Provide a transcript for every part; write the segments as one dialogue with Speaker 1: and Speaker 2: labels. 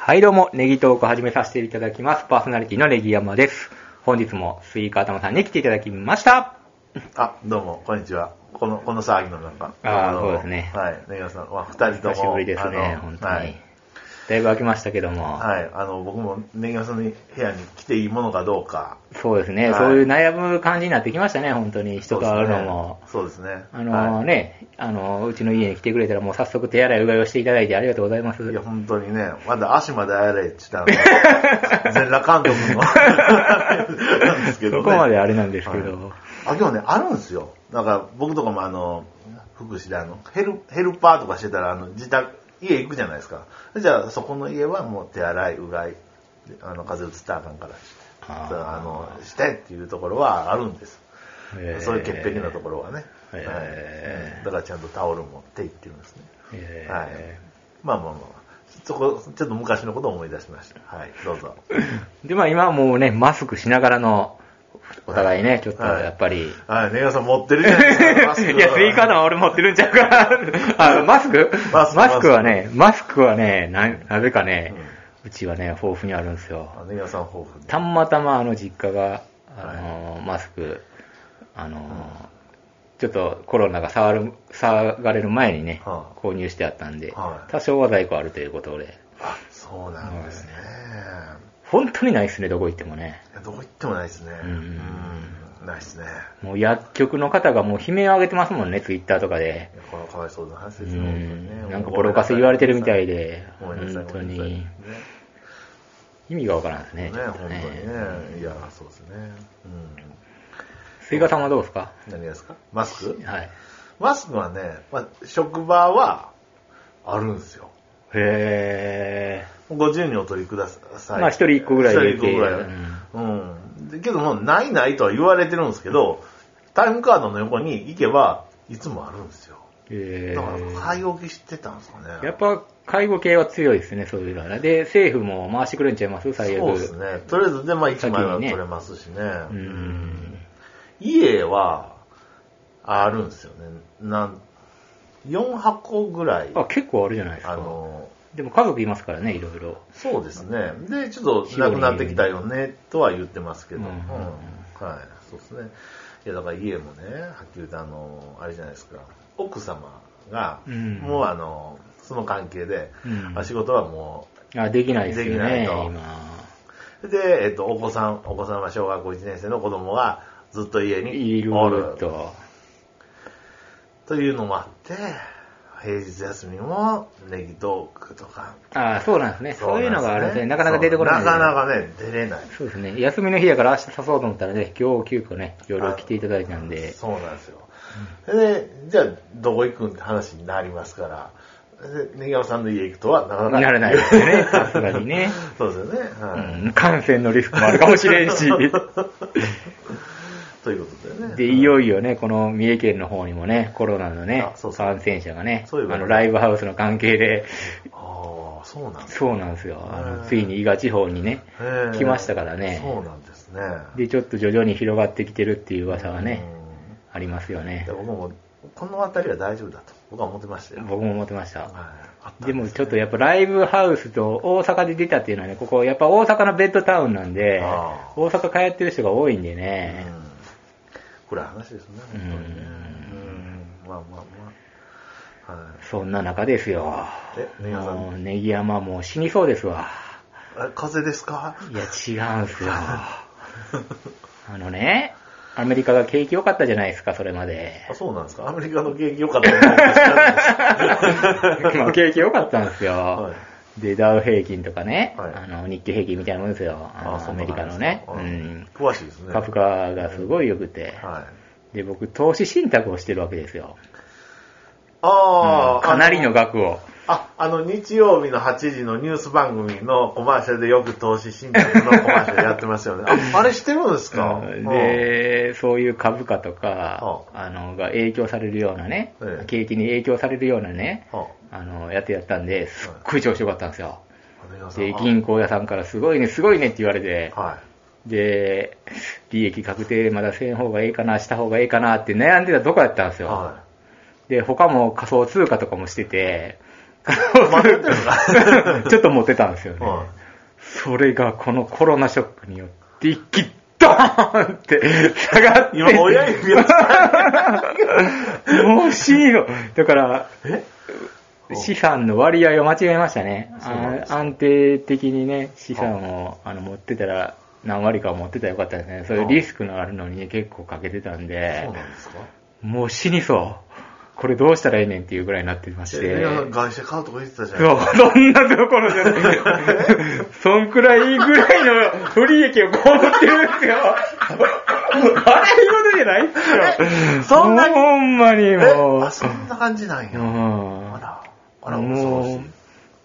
Speaker 1: はい、どうも、ネギトーク始めさせていただきます。パーソナリティのネギ山です。本日もスイカ頭さんに来ていただきました。
Speaker 2: あ、どうも、こんにちは。この、この騒ぎの中。
Speaker 1: あー
Speaker 2: の
Speaker 1: そうですね
Speaker 2: はい。ネギさん、まあ、二人とも。
Speaker 1: 久しぶりですね、
Speaker 2: あの
Speaker 1: 本当に。
Speaker 2: はい。
Speaker 1: だいぶ空きましたけども、
Speaker 2: はい。あの、僕もネギさんの部屋に来ていいものかどうか。
Speaker 1: そうですね、
Speaker 2: はい
Speaker 1: そういう悩む感じになってきましたね、本当に、人と会うのも。
Speaker 2: そうですね。
Speaker 1: あの
Speaker 2: は
Speaker 1: ね、あの、うちの家に来てくれたらもう早速手洗いうがいをしていただいてありがとうございます。
Speaker 2: い、いや、本当にね、まだ足まで洗えって言 ったの。全裸監督の。なんですけど、
Speaker 1: そ
Speaker 2: ね。
Speaker 1: こまであれなんですけど、
Speaker 2: はいあ、今日ね、あるんですよ。なんか、僕とかもあの、福祉であの、ヘル、ヘルパーとかしてたら、あの、自宅、家行くじゃないですか。じゃあ、そこの家はもう手洗い、うがい、あの、風邪うつったらあかんから、
Speaker 1: あー
Speaker 2: そうあの、してっていうところはあるんです。
Speaker 1: えー
Speaker 2: そういう潔癖なところはね。
Speaker 1: へー
Speaker 2: はいうんだからちゃんとタオル持って行ってるんですね。
Speaker 1: えー
Speaker 2: はい。まあまあまあまあ。そこ、ちょっと昔のことを思い出しました。はい、どうぞ。
Speaker 1: で、まあ今はもうね、マスクしながらの、お互いね、ちょっとやっぱり。
Speaker 2: はい、ネガさん持ってるじゃないですかマスク。
Speaker 1: いや、スイカのは俺持ってるんちゃう から。あマスク
Speaker 2: マスク
Speaker 1: マスクはね、マスクはね、な、なぜかね
Speaker 2: うん、
Speaker 1: うちはね、豊富にあるんですよ。
Speaker 2: あネガさん豊富で。
Speaker 1: たまたまあの実家が、あの、マスク、あの、ちょっとコロナが触る、騒がれる前にね、
Speaker 2: はあ
Speaker 1: 購入してあったんで
Speaker 2: は、い
Speaker 1: 多少は在庫あるということで、
Speaker 2: あ、そうなんですね。
Speaker 1: 本当にないですね、どこ行ってもね。
Speaker 2: いやどこ行ってもないですね。
Speaker 1: うん
Speaker 2: うんないですね。
Speaker 1: もう薬局の方がもう悲鳴を上げてますもんね、ツイッターとかで
Speaker 2: い。やこのかわいそうな話
Speaker 1: う
Speaker 2: ですね。本当にね
Speaker 1: んなんかボロカス言われてるみたい。で、
Speaker 2: ごめんなさい
Speaker 1: 本当。
Speaker 2: ごめんなさい
Speaker 1: に
Speaker 2: ね。
Speaker 1: 意味がわからんですね。
Speaker 2: ね、
Speaker 1: ちょっ
Speaker 2: 本
Speaker 1: と
Speaker 2: 当にね。いや、そうですね。
Speaker 1: スイカさんはどうですか
Speaker 2: うん。何がですかマスク
Speaker 1: はい。
Speaker 2: マスクはね、まあ、職場はあるんですよ。
Speaker 1: へ
Speaker 2: 50人お取りください。
Speaker 1: まあ一人一個ぐらい入れて
Speaker 2: 一人一個ぐらいうん。でけどもう、ないないとは言われてるんですけど、タイムカードの横に行けば、いつもあるんですよ。
Speaker 1: え
Speaker 2: だから、買い
Speaker 1: ー。
Speaker 2: 置きしてたんですかね。
Speaker 1: やっぱ、介護系は強いですね、そういうのはね。で、政府も回してくれんちゃいます最悪。
Speaker 2: そうですね。とりあえず、で、まあ、1枚は
Speaker 1: 先にね
Speaker 2: 取れますしね。
Speaker 1: う
Speaker 2: うん
Speaker 1: ん。
Speaker 2: 家は、あるんですよね。なん、4箱ぐらい、
Speaker 1: あ、結構あるじゃないですか。
Speaker 2: あの、
Speaker 1: でも家族いますからね、いろいろ。
Speaker 2: そうですね。で、ちょっとなくなってきたよね、とは言ってますけど。
Speaker 1: うん
Speaker 2: うんはい。そうですね。いや、だから家もね、はっきり言うと、あの、あれじゃないですか。奥様が、
Speaker 1: うん
Speaker 2: もうあの、その関係で、
Speaker 1: うん
Speaker 2: あ仕事はもう、
Speaker 1: あ、できないですよね、
Speaker 2: できないと
Speaker 1: 今。
Speaker 2: で、えっと、お子さん、お子さんは小学校1年生の子供がずっと家
Speaker 1: い
Speaker 2: にお
Speaker 1: ろ
Speaker 2: る
Speaker 1: いろと。
Speaker 2: というのもあって、平日休みもネギトークとか。
Speaker 1: ああ、そうなんですね。そういうのがあるんですね。なかなか出てこない。
Speaker 2: そうなかなかね、出れない。
Speaker 1: そうですね。休みの日だから明日誘そうと思ったらね、今日急遽ね、夜来ていただいたんで。
Speaker 2: そうなんですよ。で、じゃあ、どこ行くんって話になりますから、でネギ山さんの家行くとはなかなか。
Speaker 1: ならないですよ ね、さすがにね。
Speaker 2: そうですよね。はい
Speaker 1: うん、感染のリスクもあるかもしれん し。
Speaker 2: ということでね。
Speaker 1: で、いよいよね、この三重県の方にもね、コロナのね
Speaker 2: あ、そうそう
Speaker 1: 感染者がね、
Speaker 2: そういえば
Speaker 1: あ
Speaker 2: ね
Speaker 1: の、ライブハウスの関係で、
Speaker 2: ああ、そうなんですね
Speaker 1: そうなんですよ。あ
Speaker 2: う
Speaker 1: の、
Speaker 2: ん
Speaker 1: ついに伊賀地方にね、
Speaker 2: へ え
Speaker 1: 来ましたからね
Speaker 2: そうなんですね。
Speaker 1: で、ちょっと徐々に広がってきてるっていう噂がね、
Speaker 2: う
Speaker 1: ありますよ
Speaker 2: ん
Speaker 1: ね
Speaker 2: で。僕も、この辺りは大丈夫だと、僕は思ってましたよ。はい
Speaker 1: 僕も思ってました。
Speaker 2: あったん
Speaker 1: でもちょっと
Speaker 2: や
Speaker 1: やっぱライブハウスと大阪で出たっていうのはね、ここやっぱ大阪のベッドタウンなんで
Speaker 2: あ、ー
Speaker 1: 大阪通ってる人が多いんでね、
Speaker 2: これ話ですね、本当にね。うんまあまあまあ。はい。
Speaker 1: そんな中ですよ。
Speaker 2: えネギ山さん
Speaker 1: もうネギ山もう死にそうですわ。
Speaker 2: あれ風邪ですか
Speaker 1: いや、違うんす よ。あのね、アメリカが景気良かったじゃないですか、それま で。
Speaker 2: あそうなんですかアメリカの景気良かったのかもしれないです
Speaker 1: まあ景気良かったんですよ。
Speaker 2: は
Speaker 1: で、ダウ平均とかね、
Speaker 2: はい
Speaker 1: あの日経平均みたいなもんですよ。あの
Speaker 2: あ
Speaker 1: ア
Speaker 2: そう
Speaker 1: メ
Speaker 2: なん
Speaker 1: リ
Speaker 2: ですか
Speaker 1: カのね。う
Speaker 2: はい
Speaker 1: ん。
Speaker 2: 詳しいですね。
Speaker 1: 株価がすごい良くて。
Speaker 2: はい。
Speaker 1: で、僕、投資信託をしてるわけですよ。
Speaker 2: あ
Speaker 1: うん
Speaker 2: あ、
Speaker 1: かなりの額を。
Speaker 2: あ、あの、日曜日の8時のニュース番組のコマーシャルでよく投資信託のコマーシャルやってますよね。あ、あれしてるんですか
Speaker 1: うん
Speaker 2: うん
Speaker 1: で、そういう株価とか、あの、が影響されるようなね
Speaker 2: ええ、
Speaker 1: 景気に影響されるようなね、
Speaker 2: は
Speaker 1: あの、やってやったんで、すっごい調子良かったんですよ。
Speaker 2: あネギ山さん
Speaker 1: で、銀行屋さんからすごいね、すごいねって言われて、
Speaker 2: は
Speaker 1: で、利益確定まだせん方がええかな、した方がええかなって悩んでたとこやったんです
Speaker 2: い。
Speaker 1: よ。
Speaker 2: は
Speaker 1: で、他も仮想通貨とかもしてて、
Speaker 2: まだやってるのか
Speaker 1: ちょっとモテたんですよね。
Speaker 2: はい
Speaker 1: それがこのコロナショックによって一気にドーンって下がって。
Speaker 2: 今、親指を。
Speaker 1: もう信用。だから、
Speaker 2: え
Speaker 1: 資産の割合を間違えましたね。
Speaker 2: そうなん
Speaker 1: あ
Speaker 2: です
Speaker 1: 安定的にね、資産をあの持ってたら、何割か持ってたらよかったですね。そういうリスクのあるのに結構かけてたんで
Speaker 2: そう、なんですか
Speaker 1: もう死にそう。これどうしたらいいねんっていうぐらいになってまして。
Speaker 2: いや外車買うとか言ってたじゃん。
Speaker 1: そう、そんなところじゃない。そんくらいぐらいの不利益を被ってるんですよ。あれいうことじゃないっすよ。
Speaker 2: そんなに
Speaker 1: ほんまにも
Speaker 2: え
Speaker 1: う
Speaker 2: あ、。そんな感じなん
Speaker 1: う
Speaker 2: や。
Speaker 1: ん
Speaker 2: あら、あら、恐ろし
Speaker 1: も。、
Speaker 2: いう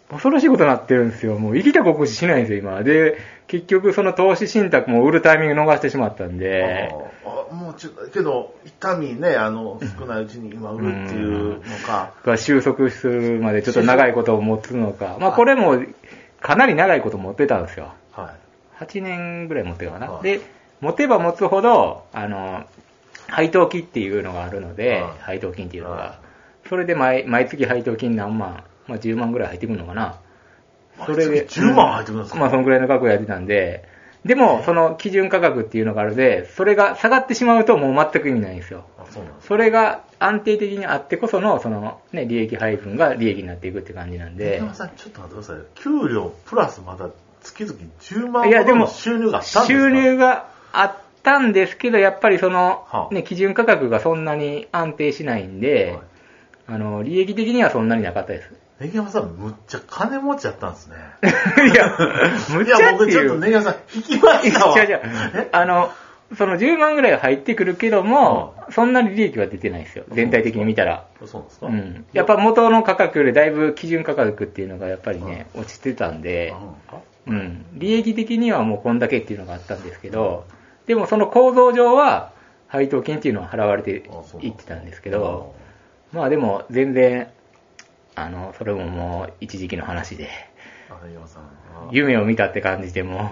Speaker 1: 恐ろしいことになってるんですよ。もう生きた心地しないんですよ、今。で、結局その投資信託も売るタイミング逃してしまったんで。
Speaker 2: ああもうちょっと、けど、痛みね、あの、少ないうちに今売るっていうのか、
Speaker 1: が収束するまでちょっと長いことを持つのか。まあこれもかなり長いこと持ってたんですよ。
Speaker 2: はい。
Speaker 1: 8年ぐらい持ってるかな、
Speaker 2: はい
Speaker 1: で持てば持つほどあの配当金っていうのがあるので、
Speaker 2: はい
Speaker 1: 配当金っていうのが、
Speaker 2: は
Speaker 1: それで毎毎月配当金何万、まあ、10万ぐらい入ってくるのかなそれで
Speaker 2: 毎月10万入ってくるんですか
Speaker 1: まあそのぐらいの額をやってたんででもその基準価格っていうのがあるのでそれが下がってしまうともう全く意味ないんですよ
Speaker 2: あ、そうなんです
Speaker 1: それが安定的にあってこそのその、ね、利益配分が利益になっていくって感じなんで
Speaker 2: で、さん、ちょっと待ってください。給料プラスまた月々10万
Speaker 1: いや
Speaker 2: 円
Speaker 1: でも
Speaker 2: の収入があったんですか
Speaker 1: 収入があったんですけど、やっぱりその、
Speaker 2: はあ
Speaker 1: ね、基準価格がそんなに安定しないんで、
Speaker 2: はい
Speaker 1: あの、利益的にはそんなになかったです。
Speaker 2: ネギ山さん、むっちゃ金持ちやったんですね。
Speaker 1: いや、 むっ
Speaker 2: い
Speaker 1: ちゃ
Speaker 2: や、
Speaker 1: って
Speaker 2: 僕ちょ
Speaker 1: い
Speaker 2: っと
Speaker 1: う。
Speaker 2: ネギ山さん、引きま
Speaker 1: い
Speaker 2: したわ。
Speaker 1: や違う違う
Speaker 2: え
Speaker 1: あの、その10万ぐらいは入ってくるけども、そんなに利益は出てないですよ。全体的に見たら。
Speaker 2: そうなんですか
Speaker 1: うん、やっぱ元の価格よりだいぶ基準価格っていうのがやっぱりね、落ちてたん
Speaker 2: あ
Speaker 1: で
Speaker 2: な、んか
Speaker 1: うん、利益的にはもうこんだけっていうのがあったんですけど、でもその構造上は、配当金っていうのは払われて
Speaker 2: あそう
Speaker 1: いってたんですけど、まあでも全然、あの、それももう一時期の話で、
Speaker 2: あネギ山さん。あ
Speaker 1: 夢を見たって感じでも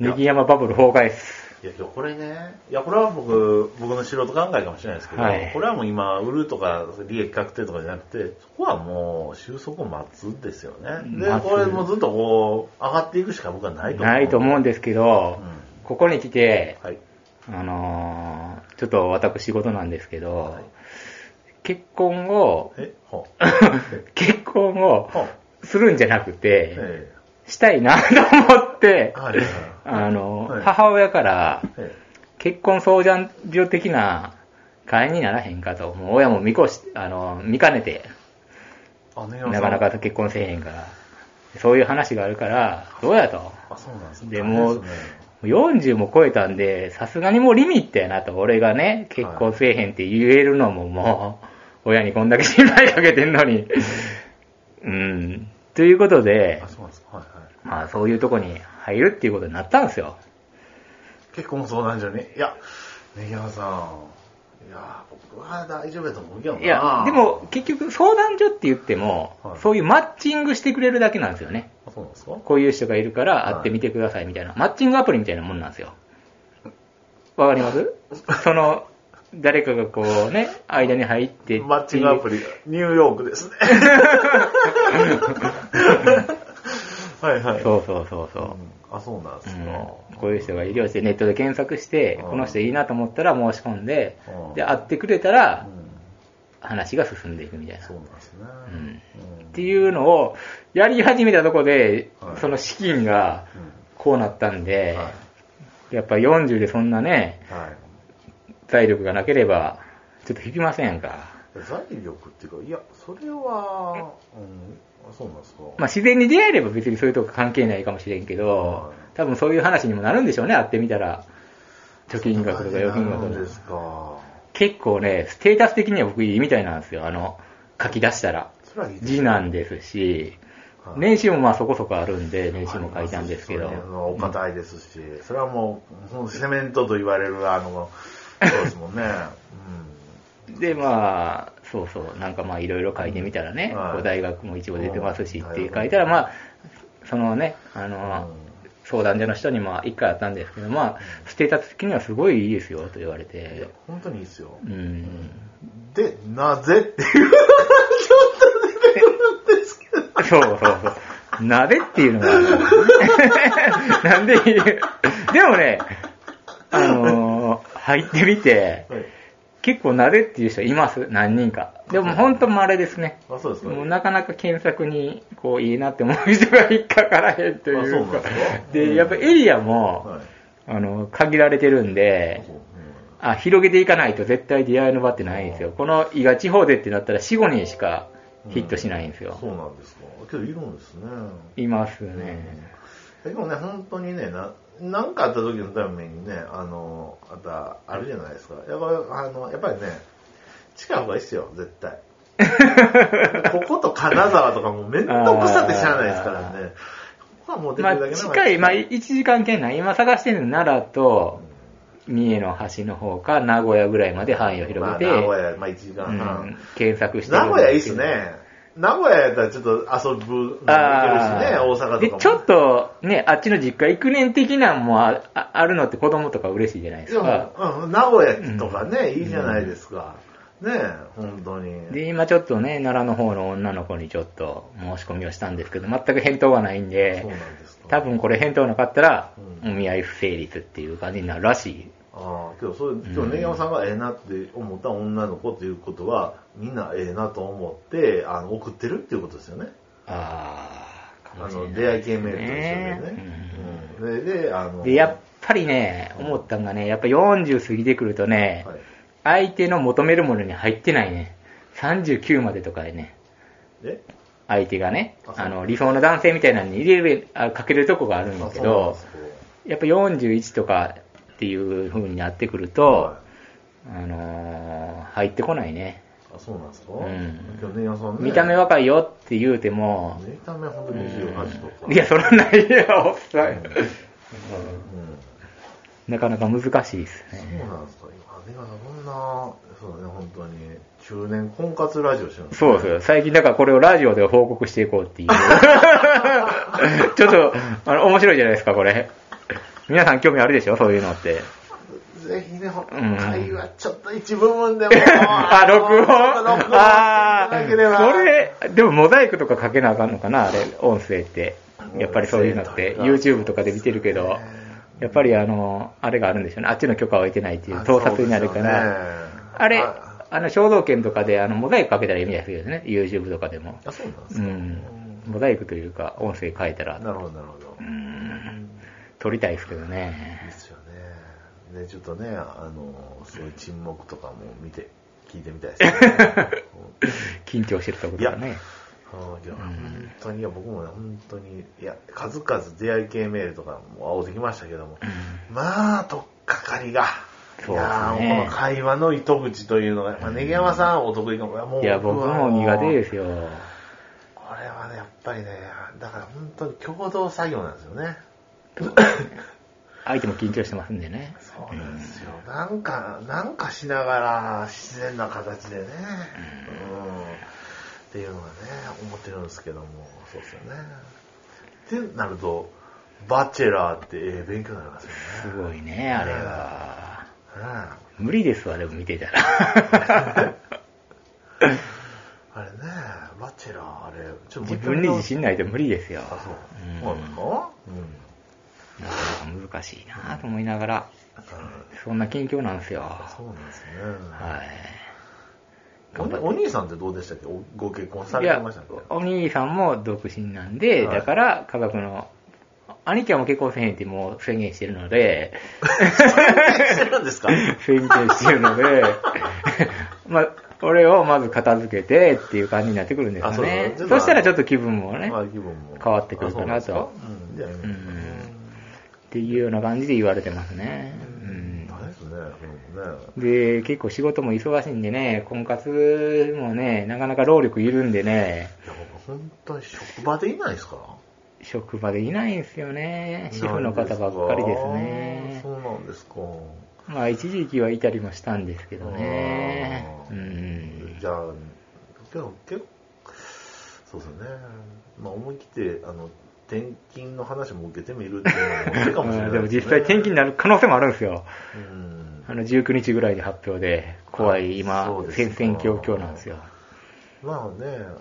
Speaker 1: う、ネギ山バブル崩壊です。
Speaker 2: いや、今日これね、いや、これは僕、僕の素人考えかもしれないですけど、
Speaker 1: はい
Speaker 2: これはもう今、売るとか、利益確定とかじゃなくて、そこはもう、収束を待つですよね。で、
Speaker 1: 待つ
Speaker 2: これもうずっとこう、上がっていくしか僕はないと思う。
Speaker 1: ないと思うんですけど、
Speaker 2: うん
Speaker 1: ここに来て、
Speaker 2: はい。
Speaker 1: あのーちょっと私事なんですけど、
Speaker 2: はい
Speaker 1: 結婚 を、
Speaker 2: え、ほう。
Speaker 1: 結婚を
Speaker 2: ほう。
Speaker 1: するんじゃなくて、
Speaker 2: え
Speaker 1: したいなと思って
Speaker 2: え、はい。はい
Speaker 1: あの、
Speaker 2: はい
Speaker 1: 母親から
Speaker 2: え
Speaker 1: 結婚相談所的な会にならへんかと、もう親も見越し、あの、見かねて、
Speaker 2: えあ、ネギ山
Speaker 1: な
Speaker 2: さん。
Speaker 1: かなか結婚せえへんから、そういう話があるから、どうやと。
Speaker 2: あ、そうなんですね。
Speaker 1: で
Speaker 2: 大
Speaker 1: も
Speaker 2: 変
Speaker 1: う
Speaker 2: ですね、
Speaker 1: 40も超えたんで、さすがにもうリミットやなと、俺がね、結婚せえへんって言えるのももう、親にこんだけ心配かけてんのに。うん。ということで
Speaker 2: あ、、そうなんですか。はいはい。
Speaker 1: まあそういうとこに入るっていうことになったんですよ。
Speaker 2: 結婚相談所に。いや、ネギ山さん。いや、僕は大丈夫やと思うけどな。
Speaker 1: いや、で、も結局相談所って言っても、
Speaker 2: はい
Speaker 1: そういうマッチングしてくれるだけなんですよね。
Speaker 2: あそうなんですか
Speaker 1: こういう人がいるから
Speaker 2: はい
Speaker 1: 会ってみてくださいみたいな、マッチングアプリみたいなもんなんですよ。わかります その、誰かがこうね、間に入ってっていう
Speaker 2: マッチングアプリ、ニューヨー クですね。はいはい。
Speaker 1: そうそうそうそう。
Speaker 2: うんあ、そうなんで
Speaker 1: う
Speaker 2: す
Speaker 1: ん
Speaker 2: か。
Speaker 1: こういう人がいるよってネットで検索して、
Speaker 2: うん
Speaker 1: この人いいなと思ったら申し込んで
Speaker 2: うん、
Speaker 1: で、会ってくれたら
Speaker 2: うん
Speaker 1: 話が進んでいくみたいな
Speaker 2: そう。なんですね。うん
Speaker 1: っていうのをやり始めたとこで
Speaker 2: は、い
Speaker 1: その資金がこうなったんで、
Speaker 2: は
Speaker 1: やっぱ40でそんなね、
Speaker 2: い。はい。
Speaker 1: 体力がなければ、ちょっと引きませんやんか。
Speaker 2: 財力っていうか、いや、それは、うん、あそうなんですか。
Speaker 1: まあ自然に出会えれば別にそういうとこ関係ないかもしれんけど
Speaker 2: は、
Speaker 1: 多分そういう話にもなるんでしょうね、会ってみたら。貯金額とか預金額
Speaker 2: そんな感じ
Speaker 1: と
Speaker 2: で
Speaker 1: か。
Speaker 2: すか。
Speaker 1: 結構ね、ステータス的には僕いいみたいなんですよ。あの、書き出したら。
Speaker 2: それはいいですね
Speaker 1: 次男ですし、
Speaker 2: はい
Speaker 1: 年収もまあそこそこあるんで、年収も書いたんですけど
Speaker 2: それ。はお堅いですし、それはもう、そのセメントと言われる、あの、そうですもんね。
Speaker 1: で、まあ、そうそう、なんかまあいろいろ書いてみたらね、
Speaker 2: はい
Speaker 1: こう大学も一応出てますし
Speaker 2: うん
Speaker 1: って書いたら、まあ、そのね、あ
Speaker 2: うん。
Speaker 1: の、
Speaker 2: うん
Speaker 1: 相談所の人にも一回あったんですけど、まあ、ステータス的にはすごいいいですよと言われ
Speaker 2: いや
Speaker 1: て、
Speaker 2: 本当にいいですよ。
Speaker 1: うん。
Speaker 2: で、なぜっていう、ちょっと出てくるんですけど。
Speaker 1: そうそうそう。鍋っていうのがある んだね、なんで言う。でもね、あのー入ってみて、
Speaker 2: はい
Speaker 1: 結構慣っていう人います、何人か。でも本当稀ですね。
Speaker 2: あ、そうですか。
Speaker 1: もうなかなか検索に、こう、いいなって思う人が引っかからへんとい
Speaker 2: あ
Speaker 1: う
Speaker 2: そうな
Speaker 1: か
Speaker 2: んですか。うん
Speaker 1: で、やっぱエリアも、
Speaker 2: はい。
Speaker 1: あの、限られてるんで、あ、広げていかないと絶対出会いの場ってないんですよ。この伊賀地方でってなったら4、5人しかヒットしないんですよ。
Speaker 2: そうなんですか。けど、いるんですね。
Speaker 1: いますね。
Speaker 2: でもね、本当にね、ななんかあった時のためにね、あの、あた、あるじゃないですか。やっぱあのやっぱりね、近い方がいいっすよ、絶 対。ここと金沢とかもうめんどくさくてしゃあないですからね。ここはもうでき
Speaker 1: ま
Speaker 2: る
Speaker 1: あ
Speaker 2: だけ、
Speaker 1: 近い、まあ、1時間圏内、今探してるの奈良と三重の橋の方か、名古屋ぐらいまで範囲を広げて、
Speaker 2: まあ、名古屋、まあ1時間半。
Speaker 1: うん検索してる
Speaker 2: 名
Speaker 1: ん
Speaker 2: 古屋いい
Speaker 1: で
Speaker 2: っ
Speaker 1: す
Speaker 2: す
Speaker 1: けど。
Speaker 2: ね。名古屋やったらちょっと遊ぶのも行けるしね、
Speaker 1: あー
Speaker 2: 大阪とかも。
Speaker 1: で、ちょっとね、あっちの実家行くねん的なんもあああるのって子供とか嬉しいじゃないで
Speaker 2: い
Speaker 1: す
Speaker 2: や
Speaker 1: か。
Speaker 2: うん、名古屋とかね、いいじゃないですか。ねえ、本当に。
Speaker 1: で、今ちょっとね、奈良の方の女の子にちょっと申し込みをしたんですけど、全く返答がないん
Speaker 2: そう
Speaker 1: で、
Speaker 2: なんですか。
Speaker 1: 多分これ返答なかったら、
Speaker 2: う
Speaker 1: お見合い不成立っていう感じになるらしい。
Speaker 2: ああ、けど、それ、今日、根山さんがええなって思った女の子ということは、みんなええなと思って、あの、送ってるっていうことですよね。
Speaker 1: ああ、か
Speaker 2: あ
Speaker 1: もしれ
Speaker 2: の、
Speaker 1: ない
Speaker 2: 出会い系メールと一緒でね。うんうんで、で、あの、
Speaker 1: で、やっぱりね、思ったんがね、やっぱ40過ぎてくるとね、
Speaker 2: はい
Speaker 1: 相手の求めるものに入ってないね。39までとかでね、
Speaker 2: え
Speaker 1: 相手がね
Speaker 2: あ、そう
Speaker 1: あの、理想の男性みたいなのに入れる、あかけるとこがあるんだけど
Speaker 2: あ、そうなんです
Speaker 1: やっぱ41とかっていう風になってくる
Speaker 2: か
Speaker 1: と
Speaker 2: は、
Speaker 1: あのー入ってこないね。
Speaker 2: いあ、そうなんですか
Speaker 1: ん
Speaker 2: 今日、根山さんね。
Speaker 1: 見た目若いよって言うても、
Speaker 2: 見た目本当に28とか。
Speaker 1: いや、そらないよ、おっさん。
Speaker 2: うん
Speaker 1: なかなか難しいです
Speaker 2: そ
Speaker 1: ね。
Speaker 2: うなんですか。今、出川さん、こんな、そうね、本当に、中年婚活ラジオしてるんです
Speaker 1: そうですよ。最近だからこれをラジオで報告していこうっ ていう。ちょっと、あの、面白いじゃないですか、これ。皆さん興味あるでしょそういうのって。
Speaker 2: ぜひね、ほ
Speaker 1: うん
Speaker 2: 会話ちょっと一部分でも。
Speaker 1: あ、録音
Speaker 2: 録音してい
Speaker 1: あ
Speaker 2: た
Speaker 1: あ
Speaker 2: だければ。
Speaker 1: それ、でもモザイクとかかけなあかんのかなあれ、音声って。やっぱりそういうのって、
Speaker 2: 音声という
Speaker 1: YouTube とかで見てるけど、やっぱりあの、あれがあるんでしょうね。あっちの許可を得てないっていう、盗撮になるから。あれ、
Speaker 2: あ
Speaker 1: あの、衝動権とかで、あの、モザイクかけたら意味ないですよね。YouTube とかでも。
Speaker 2: そうなんです
Speaker 1: う
Speaker 2: ね
Speaker 1: ん。モザイクというか、音声変えた
Speaker 2: あ
Speaker 1: ら
Speaker 2: そうなんですね。なるほど、なるほど。い
Speaker 1: 撮りたいですけど
Speaker 2: い
Speaker 1: ね
Speaker 2: で。すよね。で、ちょっとね、あの、そういう沈黙とかも見て、聞いてみたいですね。
Speaker 1: 緊張してるとことかね。
Speaker 2: あーいや本当にいや僕もね本当にいや数々出会い系メールとかも会うてきましたけども、まあとっかかりが。
Speaker 1: そう
Speaker 2: い
Speaker 1: ですね
Speaker 2: やーこの会話の糸口というのが、まあ、ネギ山さんお得意かも。いや、もう
Speaker 1: いや、僕も苦手ですよ。
Speaker 2: これはね、やっぱりね、だから本当に共同作業なんですよね。
Speaker 1: 相手も緊張してますんでね。
Speaker 2: そうなんですよ。なんか、なんかしながら、自然な形でね、うん、っていうのがね、思ってるんですけども、そうですよね。ってなると、バチェラーって、ええ勉強になりますよね。
Speaker 1: すごいね、あれは。
Speaker 2: うんあ
Speaker 1: 無理ですわ、でも見てた ら。
Speaker 2: れね、バチェラー、あれ、ちょっとも
Speaker 1: 自分
Speaker 2: う一回見
Speaker 1: に
Speaker 2: よう
Speaker 1: 自信ないと無理ですよ。
Speaker 2: あ、そう。
Speaker 1: うん
Speaker 2: そうなんですか
Speaker 1: なかなか難しいなと思いながら、
Speaker 2: うん。
Speaker 1: そんな近況なんですよ。
Speaker 2: あそうなんですね。
Speaker 1: はい。
Speaker 2: おにお兄さんってどうでしたっけおご結婚さ
Speaker 1: い
Speaker 2: れて
Speaker 1: や
Speaker 2: ましたっけ、
Speaker 1: お兄さんも独身なんで、
Speaker 2: はい
Speaker 1: だから、家族の、兄貴はもう結婚せへんってもう宣言してるの で、
Speaker 2: してる んですか
Speaker 1: 宣言してるの で、まあ、俺をまず片付けてっていう感じになってくるんです
Speaker 2: あ
Speaker 1: よ
Speaker 2: そう
Speaker 1: ね。
Speaker 2: そ
Speaker 1: そうしたらちょっと気分もね、
Speaker 2: まあ
Speaker 1: っ
Speaker 2: 気分も
Speaker 1: 変わってくるかなと
Speaker 2: あそうなんですかうんじゃあ
Speaker 1: ていうような感じで言われてますね。うん
Speaker 2: 大変ですね、それもね。
Speaker 1: で、結構仕事も忙しいんでね、婚活もね、なかなか労力いるんでね、
Speaker 2: いや、僕、本当に職場でいないですから。
Speaker 1: 職場でいないんですよね。主婦の方ばっかりです
Speaker 2: あー
Speaker 1: ね
Speaker 2: そ。うなんですか。
Speaker 1: まあ、一時期はいたりもしたんですけどね。
Speaker 2: あ
Speaker 1: う
Speaker 2: ー
Speaker 1: ん。
Speaker 2: じゃあ、けど、結構、そうですよね。まあ、思い切って、あの、転勤の話も受けてみるっていうのもいいかもしれな
Speaker 1: う
Speaker 2: い
Speaker 1: んでも実際転勤になる可能性もあるんですよ。
Speaker 2: うん
Speaker 1: あの、19日ぐらいで発表で、怖い
Speaker 2: あ
Speaker 1: 今
Speaker 2: そう、ですか
Speaker 1: 戦々恐々なんですよ。
Speaker 2: まあね、あの、うん、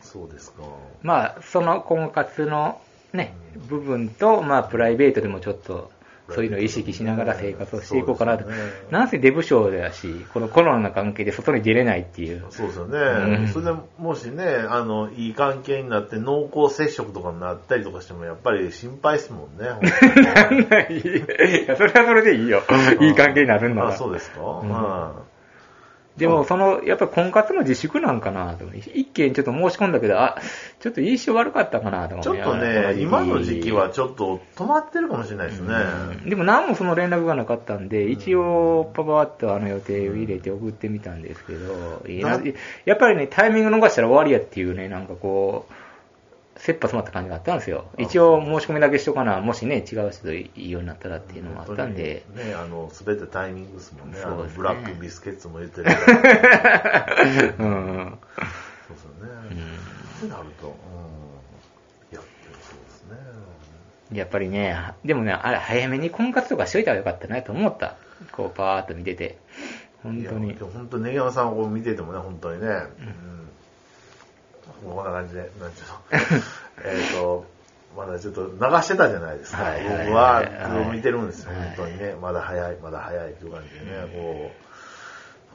Speaker 2: そうですか。
Speaker 1: まあ、その婚活のね、部分と、まあ、プライベートでもちょっと、そういうのを意識しながら生活をしていこうかなと。
Speaker 2: そうですね
Speaker 1: なんせデブ症だし、このコロナの関係で外に出れないっていう。
Speaker 2: そうですよね。
Speaker 1: うん
Speaker 2: それでもしね、あの、いい関係になって濃厚接触とかになったりとかしても、やっぱり心配ですもん ね。
Speaker 1: なんない。 いや、それはそれでいいよ。いい関係になるんな
Speaker 2: あ、
Speaker 1: ら
Speaker 2: そ。うですか、
Speaker 1: ん
Speaker 2: は
Speaker 1: でも、その、やっぱり婚活の自粛なんかなと思って。一件ちょっと申し込んだけど、あ、ちょっと印象悪かったかなと
Speaker 2: い
Speaker 1: 思
Speaker 2: ちょっと
Speaker 1: いやこ
Speaker 2: ね、今の時期は
Speaker 1: ね
Speaker 2: ちょっと止まってるかもしれないですね。
Speaker 1: でも何もその連絡がなかったんで、一応、パパッとあの予定を入れて送ってみたんですけど、いいな
Speaker 2: な
Speaker 1: やっぱりね、タイミング逃したら終わりやっていうね、なんかこう、切羽詰まった感じがあったんですよ。
Speaker 2: あ
Speaker 1: 一応申し込みだけしとかな、もしね、違う人といいようになったらっていうのもあ
Speaker 2: 本
Speaker 1: っ
Speaker 2: 当
Speaker 1: たん
Speaker 2: に
Speaker 1: で、
Speaker 2: ね、あの、すべてタイミングですもんね。あ
Speaker 1: そう
Speaker 2: の
Speaker 1: ですね
Speaker 2: ブラックビスケッツも言って るから。そ
Speaker 1: うん。
Speaker 2: うですよね。ってなると、うん。いや、でもそうですね。
Speaker 1: やっぱりね、でもね、あれ、早めに婚活とかしといたらよかったなと思った。こう、パーッと見てて。本当
Speaker 2: い
Speaker 1: に
Speaker 2: や。本当に、ネギ山さんをこう見ててもね、本当にね、うん。こんな感じで、なんちゅうの、 えっと、まだちょっと流してたじゃないですか。
Speaker 1: はいはいはい
Speaker 2: 僕は、これを見てるんですよ、
Speaker 1: はい
Speaker 2: 本当にね。まだ早い、まだ早いっていう感じでね、こ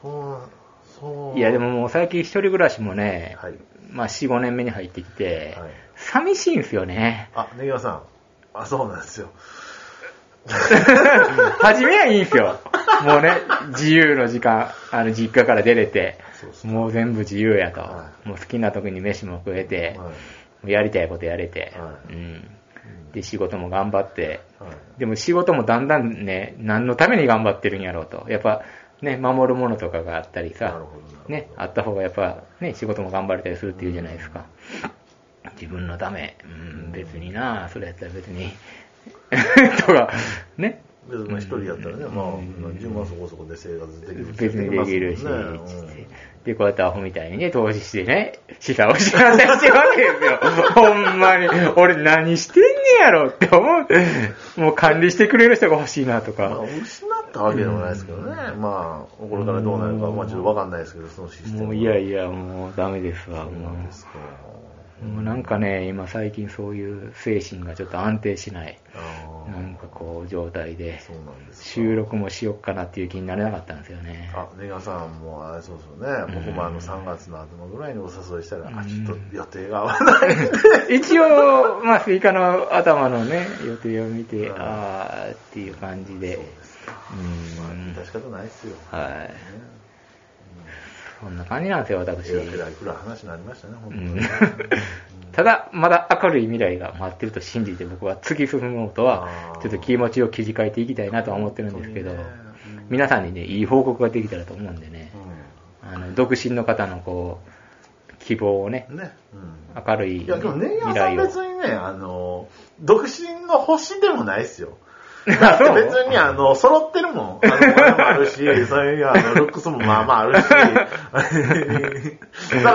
Speaker 2: う、そう、そう。
Speaker 1: いや、でももう最近一人暮らしもね、
Speaker 2: はい。
Speaker 1: まあ、4、5年目に入ってきて、
Speaker 2: はい
Speaker 1: 寂しいんですよね。
Speaker 2: あ、ネギ山さん。あ、そうなんですよ。
Speaker 1: 初めはいいんですよ。もうね、自由の時間、あの、実家から出れて、
Speaker 2: そうですね。
Speaker 1: もう全部自由やと。
Speaker 2: は
Speaker 1: もう好きな時に飯も食えて、
Speaker 2: はい
Speaker 1: もうやりたいことやれて、
Speaker 2: はい
Speaker 1: うん。で、仕事も頑張って、
Speaker 2: はい
Speaker 1: でも仕事もだんだんね、何のために頑張ってるんやろうと。やっぱ、ね、守るものとかがあったり
Speaker 2: な
Speaker 1: さ
Speaker 2: るほどなるほ、ど
Speaker 1: ね、あった方がやっぱ、ね、仕事も頑張れたりするっていうじゃないですか。自分のため、うん、別にな、それやったら別に、 とか、ね、
Speaker 2: 別にまあ一人やったらね、まあ、10万そこそこで生活できる。
Speaker 1: 別にできるし、
Speaker 2: できますもんね
Speaker 1: で、こうやってアホみたいにね、投資してね、資産を失ったりしてるわけですよ。 ほんまに、俺何してんねやろって思う。もう管理してくれる人が欲しいなと
Speaker 2: うんまあ、
Speaker 1: か。
Speaker 2: 失ったわけでもないですけどね。まあ、これからどうなるかは、まあちょっとわかんないですけど、そのシステムは。
Speaker 1: もういやいや、もうダメですわ、
Speaker 2: そうな
Speaker 1: も
Speaker 2: んですか。
Speaker 1: う。もうなんかね、今最近そういう精神がちょっと安定しない、
Speaker 2: あ
Speaker 1: な
Speaker 2: あ、
Speaker 1: んかこう状態で、
Speaker 2: そうなんですか。
Speaker 1: 収録もしよっかなっていう気になれなかったんですよね。
Speaker 2: あ、ネガさんもあれそうですよね。僕もあの3月の頭ぐらいにお誘いしたら、あ、ちょっと予定が合わない。
Speaker 1: 一応、まあ、スイカの頭のね、予定を見て、
Speaker 2: うん
Speaker 1: あーっていう感じで。う
Speaker 2: ま
Speaker 1: ん
Speaker 2: あ、。致し方ないですよ。
Speaker 1: はい。
Speaker 2: ね
Speaker 1: そんな感じなんですよ、私。
Speaker 2: えらいくらい話になりましたね、本当に
Speaker 1: う
Speaker 2: ね。
Speaker 1: ただ、まだ明るい未来が待ってると信じて、僕は突き進もうと
Speaker 2: あ
Speaker 1: は
Speaker 2: ー、
Speaker 1: ちょっと気持ちを切り替えていきたいなとは思ってるんですけど、
Speaker 2: 本
Speaker 1: 皆さんにね、いい報告ができたらと思うんでね、あの独身の方のこう、希望をね
Speaker 2: う、んね。うん
Speaker 1: 明るい
Speaker 2: いや、でも、ネイヤ
Speaker 1: 未
Speaker 2: ーさん
Speaker 1: 来を。
Speaker 2: 別にね、あの、独身の星でもないっす よ。だ
Speaker 1: あ
Speaker 2: って
Speaker 1: そう
Speaker 2: 別に、あの、揃ってるもん。あの、お金もあ るし、そういう、あの、ルックスもまあまああるし。だか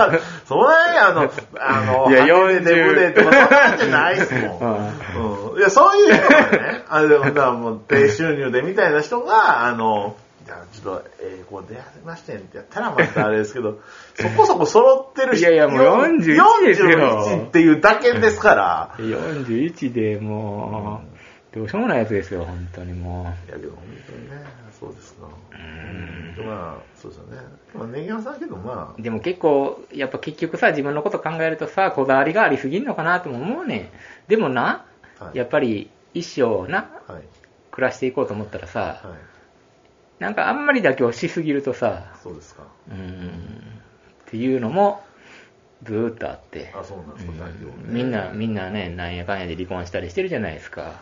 Speaker 2: ら、そんなに、あの、あの、
Speaker 1: いや
Speaker 2: 派手
Speaker 1: 40
Speaker 2: でデブでとか、そんなんじゃないっすも ん。うん。いや、そういう人はね、あの、だからもう、低収入でみたいな人 が、あの、じゃあちょっと、えー、こう出会いましてんってやったらまたあれですけど、そこそこ揃ってるし、
Speaker 1: いやいやもう41ですよ
Speaker 2: 41っていうだけですから。
Speaker 1: 41でもう、どうしようもないやつですよ、本当にも
Speaker 2: いや、でも本当にね、そうですか。うん。まあ、そうですよね。まあ、ネギ山さんけど、ま
Speaker 1: う。でも結構、やっぱ結局さ、自分のこと考えるとさ、こだわりがありすぎんのかなとも思うねん。でもな、
Speaker 2: あ、はい。
Speaker 1: やっぱり一生な、
Speaker 2: はい。
Speaker 1: 暮らしていこうと思ったらさ、
Speaker 2: はい。
Speaker 1: なんかあんまり妥協しすぎるとさ、
Speaker 2: そうですか。
Speaker 1: うん、っていうのも、ずーっとあって。
Speaker 2: あ、そうなんですか、内容
Speaker 1: みんな、みんなね、なんやかんやで離婚したりしてるじゃないですか。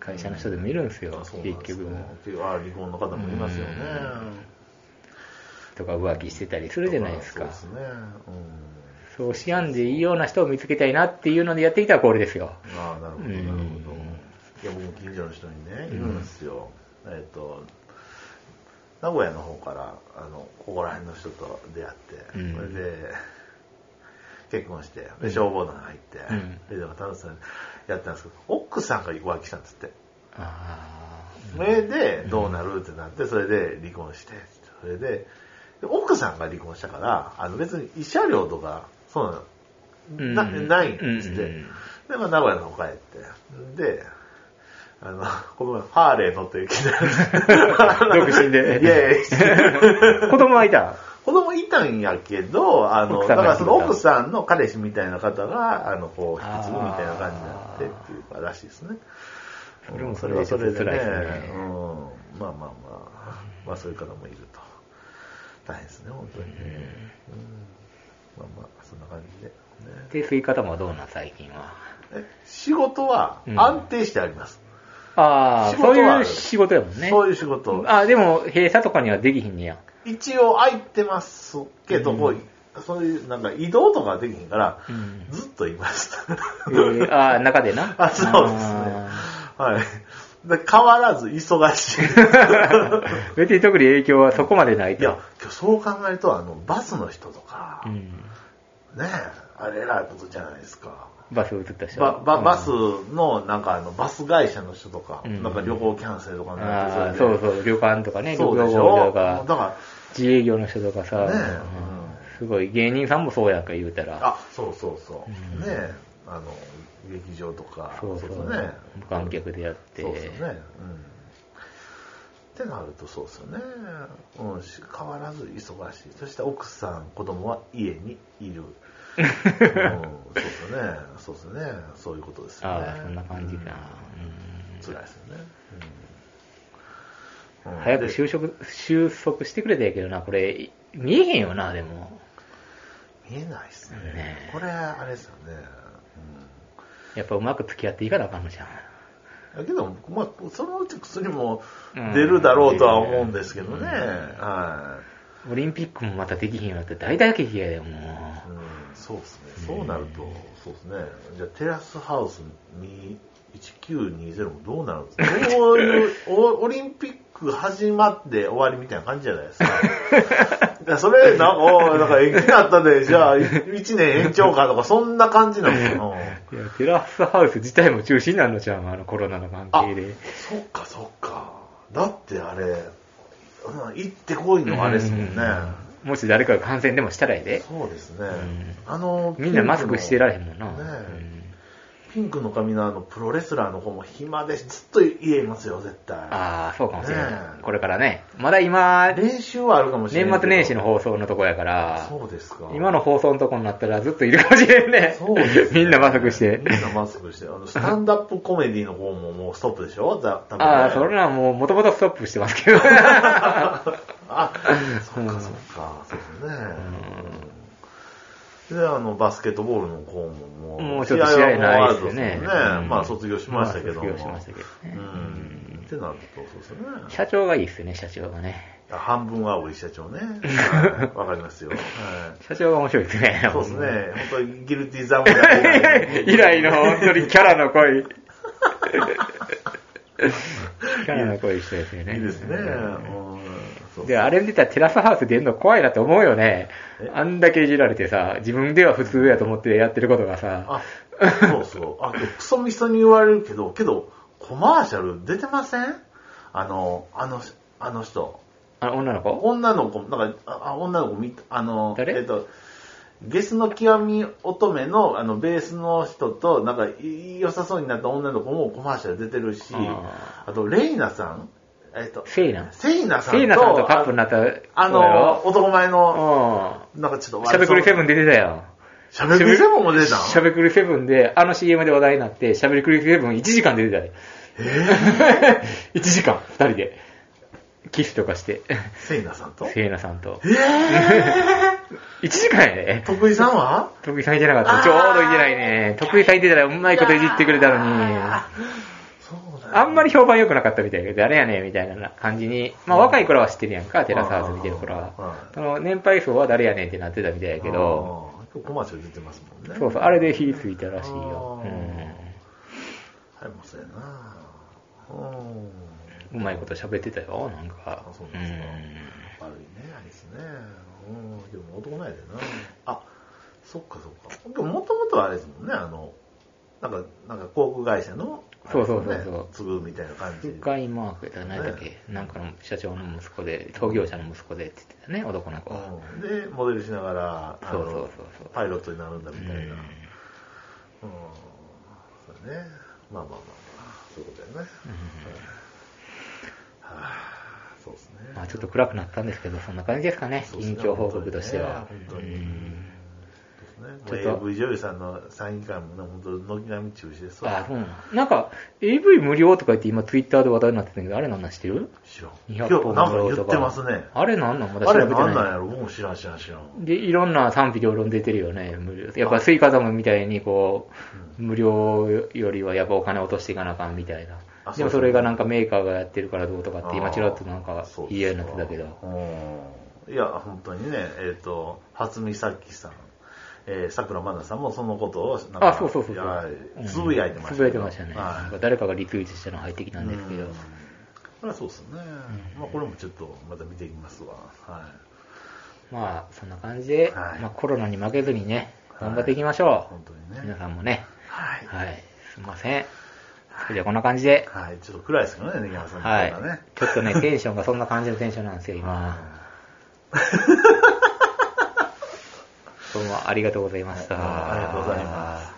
Speaker 1: 会社の人でもいるんですよ
Speaker 2: あ、そうなん
Speaker 1: 結
Speaker 2: です
Speaker 1: 局
Speaker 2: ね
Speaker 1: も。。
Speaker 2: っていうあ、離婚の方もいますよね。
Speaker 1: とか浮気してたりするじゃないですか。
Speaker 2: そうですね。うん。
Speaker 1: そうしやんでいいような人を見つけたいなっていうのでやってきたらこれですよ。
Speaker 2: ああ、なるほ
Speaker 1: う
Speaker 2: ど、なんるほど。いや、僕も近所の人にね、いるんですよ。えっと、名古屋の方から、あの、ここら辺の人と出会って、
Speaker 1: うん
Speaker 2: それで、結婚して、で、消防団入って、
Speaker 1: うん
Speaker 2: で、でも楽しそうにやったんですけど、奥さんが浮気したんですって。
Speaker 1: あ
Speaker 2: それで、どうなるってなって、それで離婚して、それで、で奥さんが離婚したから、あの別に慰謝料とか、そうなの、なないんですって。
Speaker 1: うん
Speaker 2: で、まあ、名古屋の方帰って。で、あの、この前、ハーレー乗っ てきた。
Speaker 1: 独身で
Speaker 2: いやいや、
Speaker 1: 子供はいた
Speaker 2: 子供いたんやけど、あの、
Speaker 1: 奥さ
Speaker 2: だ
Speaker 1: ん
Speaker 2: か
Speaker 1: が
Speaker 2: らその奥さんの彼氏みたいな方が、あの、こう、引き継ぐみたいな感じになって
Speaker 1: あー
Speaker 2: っていうからしいですね。
Speaker 1: それもそれはちょっと辛いですね
Speaker 2: うん。まあまあまあ、まあそういう方もいると。大変ですね、本当にね。うん。まあまあ、そんな感じで、ね。
Speaker 1: で、吸い方もどうなん最近は。
Speaker 2: え仕事は安定してあります。
Speaker 1: ああ、
Speaker 2: 仕事
Speaker 1: そうい
Speaker 2: は
Speaker 1: う仕事やもんね。
Speaker 2: そういう仕事。
Speaker 1: ああ、でも閉鎖とかにはできひんねや。
Speaker 2: 一応空いてますけど、
Speaker 1: うん
Speaker 2: こうそういうなんか移動とかできひんから、
Speaker 1: うん
Speaker 2: ずっといます。
Speaker 1: えーああ、中でな。
Speaker 2: あそうですね
Speaker 1: あ
Speaker 2: はい。で変わらず忙 しい。
Speaker 1: ー別に特に影響はそこまでない
Speaker 2: い
Speaker 1: と。
Speaker 2: や、今日そう考えると、あの、バスの人とか、
Speaker 1: う
Speaker 2: ね
Speaker 1: ん。
Speaker 2: え、あれ偉いことじゃないですか。
Speaker 1: バス映った人。
Speaker 2: ばばバス
Speaker 1: うん
Speaker 2: の、なんかあの、バス会社の人とか、
Speaker 1: うん
Speaker 2: なんか旅行キャンセルとかにな
Speaker 1: ああ、
Speaker 2: って
Speaker 1: そう
Speaker 2: で
Speaker 1: そう、旅館とかね、旅
Speaker 2: そうで
Speaker 1: 行
Speaker 2: しょ
Speaker 1: と
Speaker 2: だ
Speaker 1: か、
Speaker 2: か
Speaker 1: 自営業の人とかさ、
Speaker 2: ら、ねえ、
Speaker 1: うん
Speaker 2: うん
Speaker 1: すごい、芸人さんもそうやんか言うたら。
Speaker 2: あ、そうそうそう。
Speaker 1: うん
Speaker 2: ねえあの、劇場とか、
Speaker 1: そうそう
Speaker 2: そこね。
Speaker 1: 無観客でやって。
Speaker 2: そうですよね。うん。ってなるとそうですよね。うん、し変わらず忙しい。そして奥さん、子供は家にいる。うん、そうですよね。そうですよね。そういうことですよね。
Speaker 1: ああ、そんな感じかな。
Speaker 2: うん。辛いですよね。うん
Speaker 1: う
Speaker 2: うんん
Speaker 1: 早く
Speaker 2: で
Speaker 1: 就職、収束してくれたやけどな、これ、見えへんよな、でも。
Speaker 2: 見えないですね。
Speaker 1: ね
Speaker 2: これ、あれですよね。
Speaker 1: やっぱうまく付き合っていかなあかんのじゃん。
Speaker 2: うん。だけど、まあ、そのうち薬も
Speaker 1: うん
Speaker 2: 出るだろうとは思うんですけど
Speaker 1: うん
Speaker 2: ね。はい。
Speaker 1: オリンピックもまたできひんようになって、大打撃やで、もう。
Speaker 2: うんそうですね。そうなると、そうですね。じゃあ、テラスハウスに1920もどうなるんですかこういうお オリンピック始まって終わりみたいな感じじゃないですか。いやそれ、なんか、おいなんか延期だったで、じゃあ、1年延長かとか、そんな感じなのかな。
Speaker 1: いや、テラスハウス自体も中止になるのじゃん、あのコロナの関
Speaker 2: あ
Speaker 1: 係で。、
Speaker 2: そっかそっか。だってあれ、うん行ってこいのあれですもんね。
Speaker 1: もし誰かが感染でもしたらやで。
Speaker 2: そうですね
Speaker 1: ん。
Speaker 2: あの、
Speaker 1: みんなマスクしてられへんもんな。
Speaker 2: ねえ
Speaker 1: うん
Speaker 2: ピンクの髪のあのプロレスラーの方も暇でずっと家いますよ、絶対。
Speaker 1: ああ、そうかもしれ
Speaker 2: ね
Speaker 1: ない。
Speaker 2: え
Speaker 1: これからね。まだ今、年
Speaker 2: 練習はあるかもしれない。
Speaker 1: 末年始の。放送のとこやから、
Speaker 2: そうですか。
Speaker 1: 今の放送のとこになったらずっといるかもしれんね。
Speaker 2: そうです、
Speaker 1: みんなマスクして
Speaker 2: みん。なマスクして。あの、スタンダップコメディの方ももうストップでしょざ多分ね
Speaker 1: ああ、それはもう、もともとストップしてます けど。
Speaker 2: あ、そっかそっか。そうですね。で、あの、バスケットボールの方ももう、
Speaker 1: もうちょっと試合ないですよね。
Speaker 2: 試合は終わらずですもんねまあ、卒業しましたけども。
Speaker 1: まあ卒業しましたけど
Speaker 2: う
Speaker 1: ね。
Speaker 2: ん。ってなると、そうですよね。
Speaker 1: 社長がいいっすね、社長がね。
Speaker 2: 半分はおい社長 ね。はいわかりますよ。はい
Speaker 1: 社長が面白いですね。
Speaker 2: そうですね。本当にギルティーザム
Speaker 1: 以来の本当にキャラの 濃い。キャラの濃い人ですよね。
Speaker 2: いいですね。うんそう
Speaker 1: で、あれ見たらテラスハウス出んの怖いなって思うよね
Speaker 2: え。
Speaker 1: あんだけいじられてさ、自分では普通やと思ってやってることがさ、
Speaker 2: あ、そうそう。あ、クソミソに言われるけど、けど、コマーシャル出てませんあの、あの、あの人。
Speaker 1: あの女の子
Speaker 2: 女の子、なんか、ああ女の子見た、あの、
Speaker 1: 誰
Speaker 2: えっと、ゲスの極み乙女のあのベースの人と、なんか、い良さそうになった女の子もコマーシャル出てるし、
Speaker 1: あ
Speaker 2: あと、レイナさんえっと、
Speaker 1: セイナ。
Speaker 2: セイナさんと、
Speaker 1: セイナさんとカップになった。
Speaker 2: あの、男前の、
Speaker 1: そ
Speaker 2: なんかちょっ
Speaker 1: うやろうん。
Speaker 2: と
Speaker 1: しゃべくりセ
Speaker 2: ン。
Speaker 1: ブン出てたよ。
Speaker 2: しゃべくりセブンも出たん
Speaker 1: しゃべくりセブンで、あの CM で話題になって、しゃべくりセブン1時間出てたで。 え ?1 時間、2人で。キスとかして。
Speaker 2: セイナさんと。え
Speaker 1: せいなさんと。
Speaker 2: ぇ
Speaker 1: 1時間やで。
Speaker 2: 徳井さんは
Speaker 1: 徳井さんいてなかった。ちょうどいてないね。徳井さんいてたらうまいこといじってくれたのに。
Speaker 2: そうだよ
Speaker 1: あんまり評判良くなかったみたいだけど、誰やねんみたいな感じに。まあ若い頃は知ってるやんか、テラスハウス見てる頃は
Speaker 2: うん。
Speaker 1: その年配層は誰やねんってなってたみたいだけど、
Speaker 2: あー。今日コマーシャル出てますもんね。
Speaker 1: そうそう、あれで火ついたらしいよ。
Speaker 2: あ
Speaker 1: う
Speaker 2: ー
Speaker 1: ん
Speaker 2: あれもそうやなうん。
Speaker 1: うまいこと喋ってたよ、なんか
Speaker 2: あ。そう
Speaker 1: う
Speaker 2: なんですか
Speaker 1: ん
Speaker 2: 悪いね、あれですね。うん。でも男ないでな。あ、そっかそっか。でももともとはあれですもんね、あの、なんか、なんか航空会社の、
Speaker 1: そうそうそうそう
Speaker 2: あれですよね継ぐみたいな感じ。
Speaker 1: 深井マークだ何だっけ、なんかの社長の息子で、創業者の息子でって言ってたね、男の子は。
Speaker 2: うんで、モデルしながら、あの
Speaker 1: そうそうそうそう
Speaker 2: パイロットになるんだみたいな。うん
Speaker 1: うん。
Speaker 2: そうだね。まあまあまあまあ、そういうことだよね。はいはあそうですね。
Speaker 1: まあちょっと暗くなったんですけど、そんな感じですかね、
Speaker 2: そうですね
Speaker 1: 緊張報告としては。
Speaker 2: 本当にね
Speaker 1: う
Speaker 2: 本
Speaker 1: ん
Speaker 2: そうですね。
Speaker 1: ちょっ
Speaker 2: も
Speaker 1: と
Speaker 2: う AV 女優さんのサイン会もね、本当軒並み中止ですわ
Speaker 1: あ、そうなのなんか、AV 無料とか言って今ツイッターで話題になってたけど、あれなんなん知ってる
Speaker 2: 知らん。今
Speaker 1: 200
Speaker 2: 日
Speaker 1: 本
Speaker 2: なん
Speaker 1: 無料
Speaker 2: か言
Speaker 1: と
Speaker 2: ってますね。
Speaker 1: あれなんなんまだ
Speaker 2: あ
Speaker 1: 調
Speaker 2: れ
Speaker 1: べてない。
Speaker 2: なんなんやろ僕も知らん知らん知らん。
Speaker 1: で、いろんな賛否両論出てるよね、無料。やっぱスイカムみたいにこう、無料よりはやっぱお金落としていかなあかんみたいなでも
Speaker 2: あ。そうそう
Speaker 1: それがなんかメーカーがやってるからどうとかって今ちらっとなん
Speaker 2: あー
Speaker 1: か
Speaker 2: そう
Speaker 1: 言い合いになってたけど。
Speaker 2: うんいや、本当にね、えっ、と、初見さきさん、えー、さくらまなさんもそのことを、なんか
Speaker 1: あ、そうそうそうそう
Speaker 2: や
Speaker 1: うん
Speaker 2: つぶやいてました、
Speaker 1: つぶやいてましたね。なん
Speaker 2: は
Speaker 1: か誰かがリツイートしたの入ってきた
Speaker 2: い。
Speaker 1: んですけど
Speaker 2: うん。これはそうですね。まあ、これもちょっとまた見ていきますわ。は
Speaker 1: まあ、そんな感じで、
Speaker 2: はい
Speaker 1: まあコロナに負けずにね、
Speaker 2: はい
Speaker 1: 頑張っていきまし
Speaker 2: い。
Speaker 1: ょ
Speaker 2: 本当
Speaker 1: う。
Speaker 2: にね
Speaker 1: 皆。さんもね。
Speaker 2: はい。
Speaker 1: はい。すいません。それじゃあこんな感じで。
Speaker 2: はい。ちょっと暗いですけどね、根山さんの
Speaker 1: はい
Speaker 2: 方がね。。
Speaker 1: ちょっとね、テンションがそんな感じのテンションなんですよ、今。どうもありがとうございました。
Speaker 2: ありがとうございます。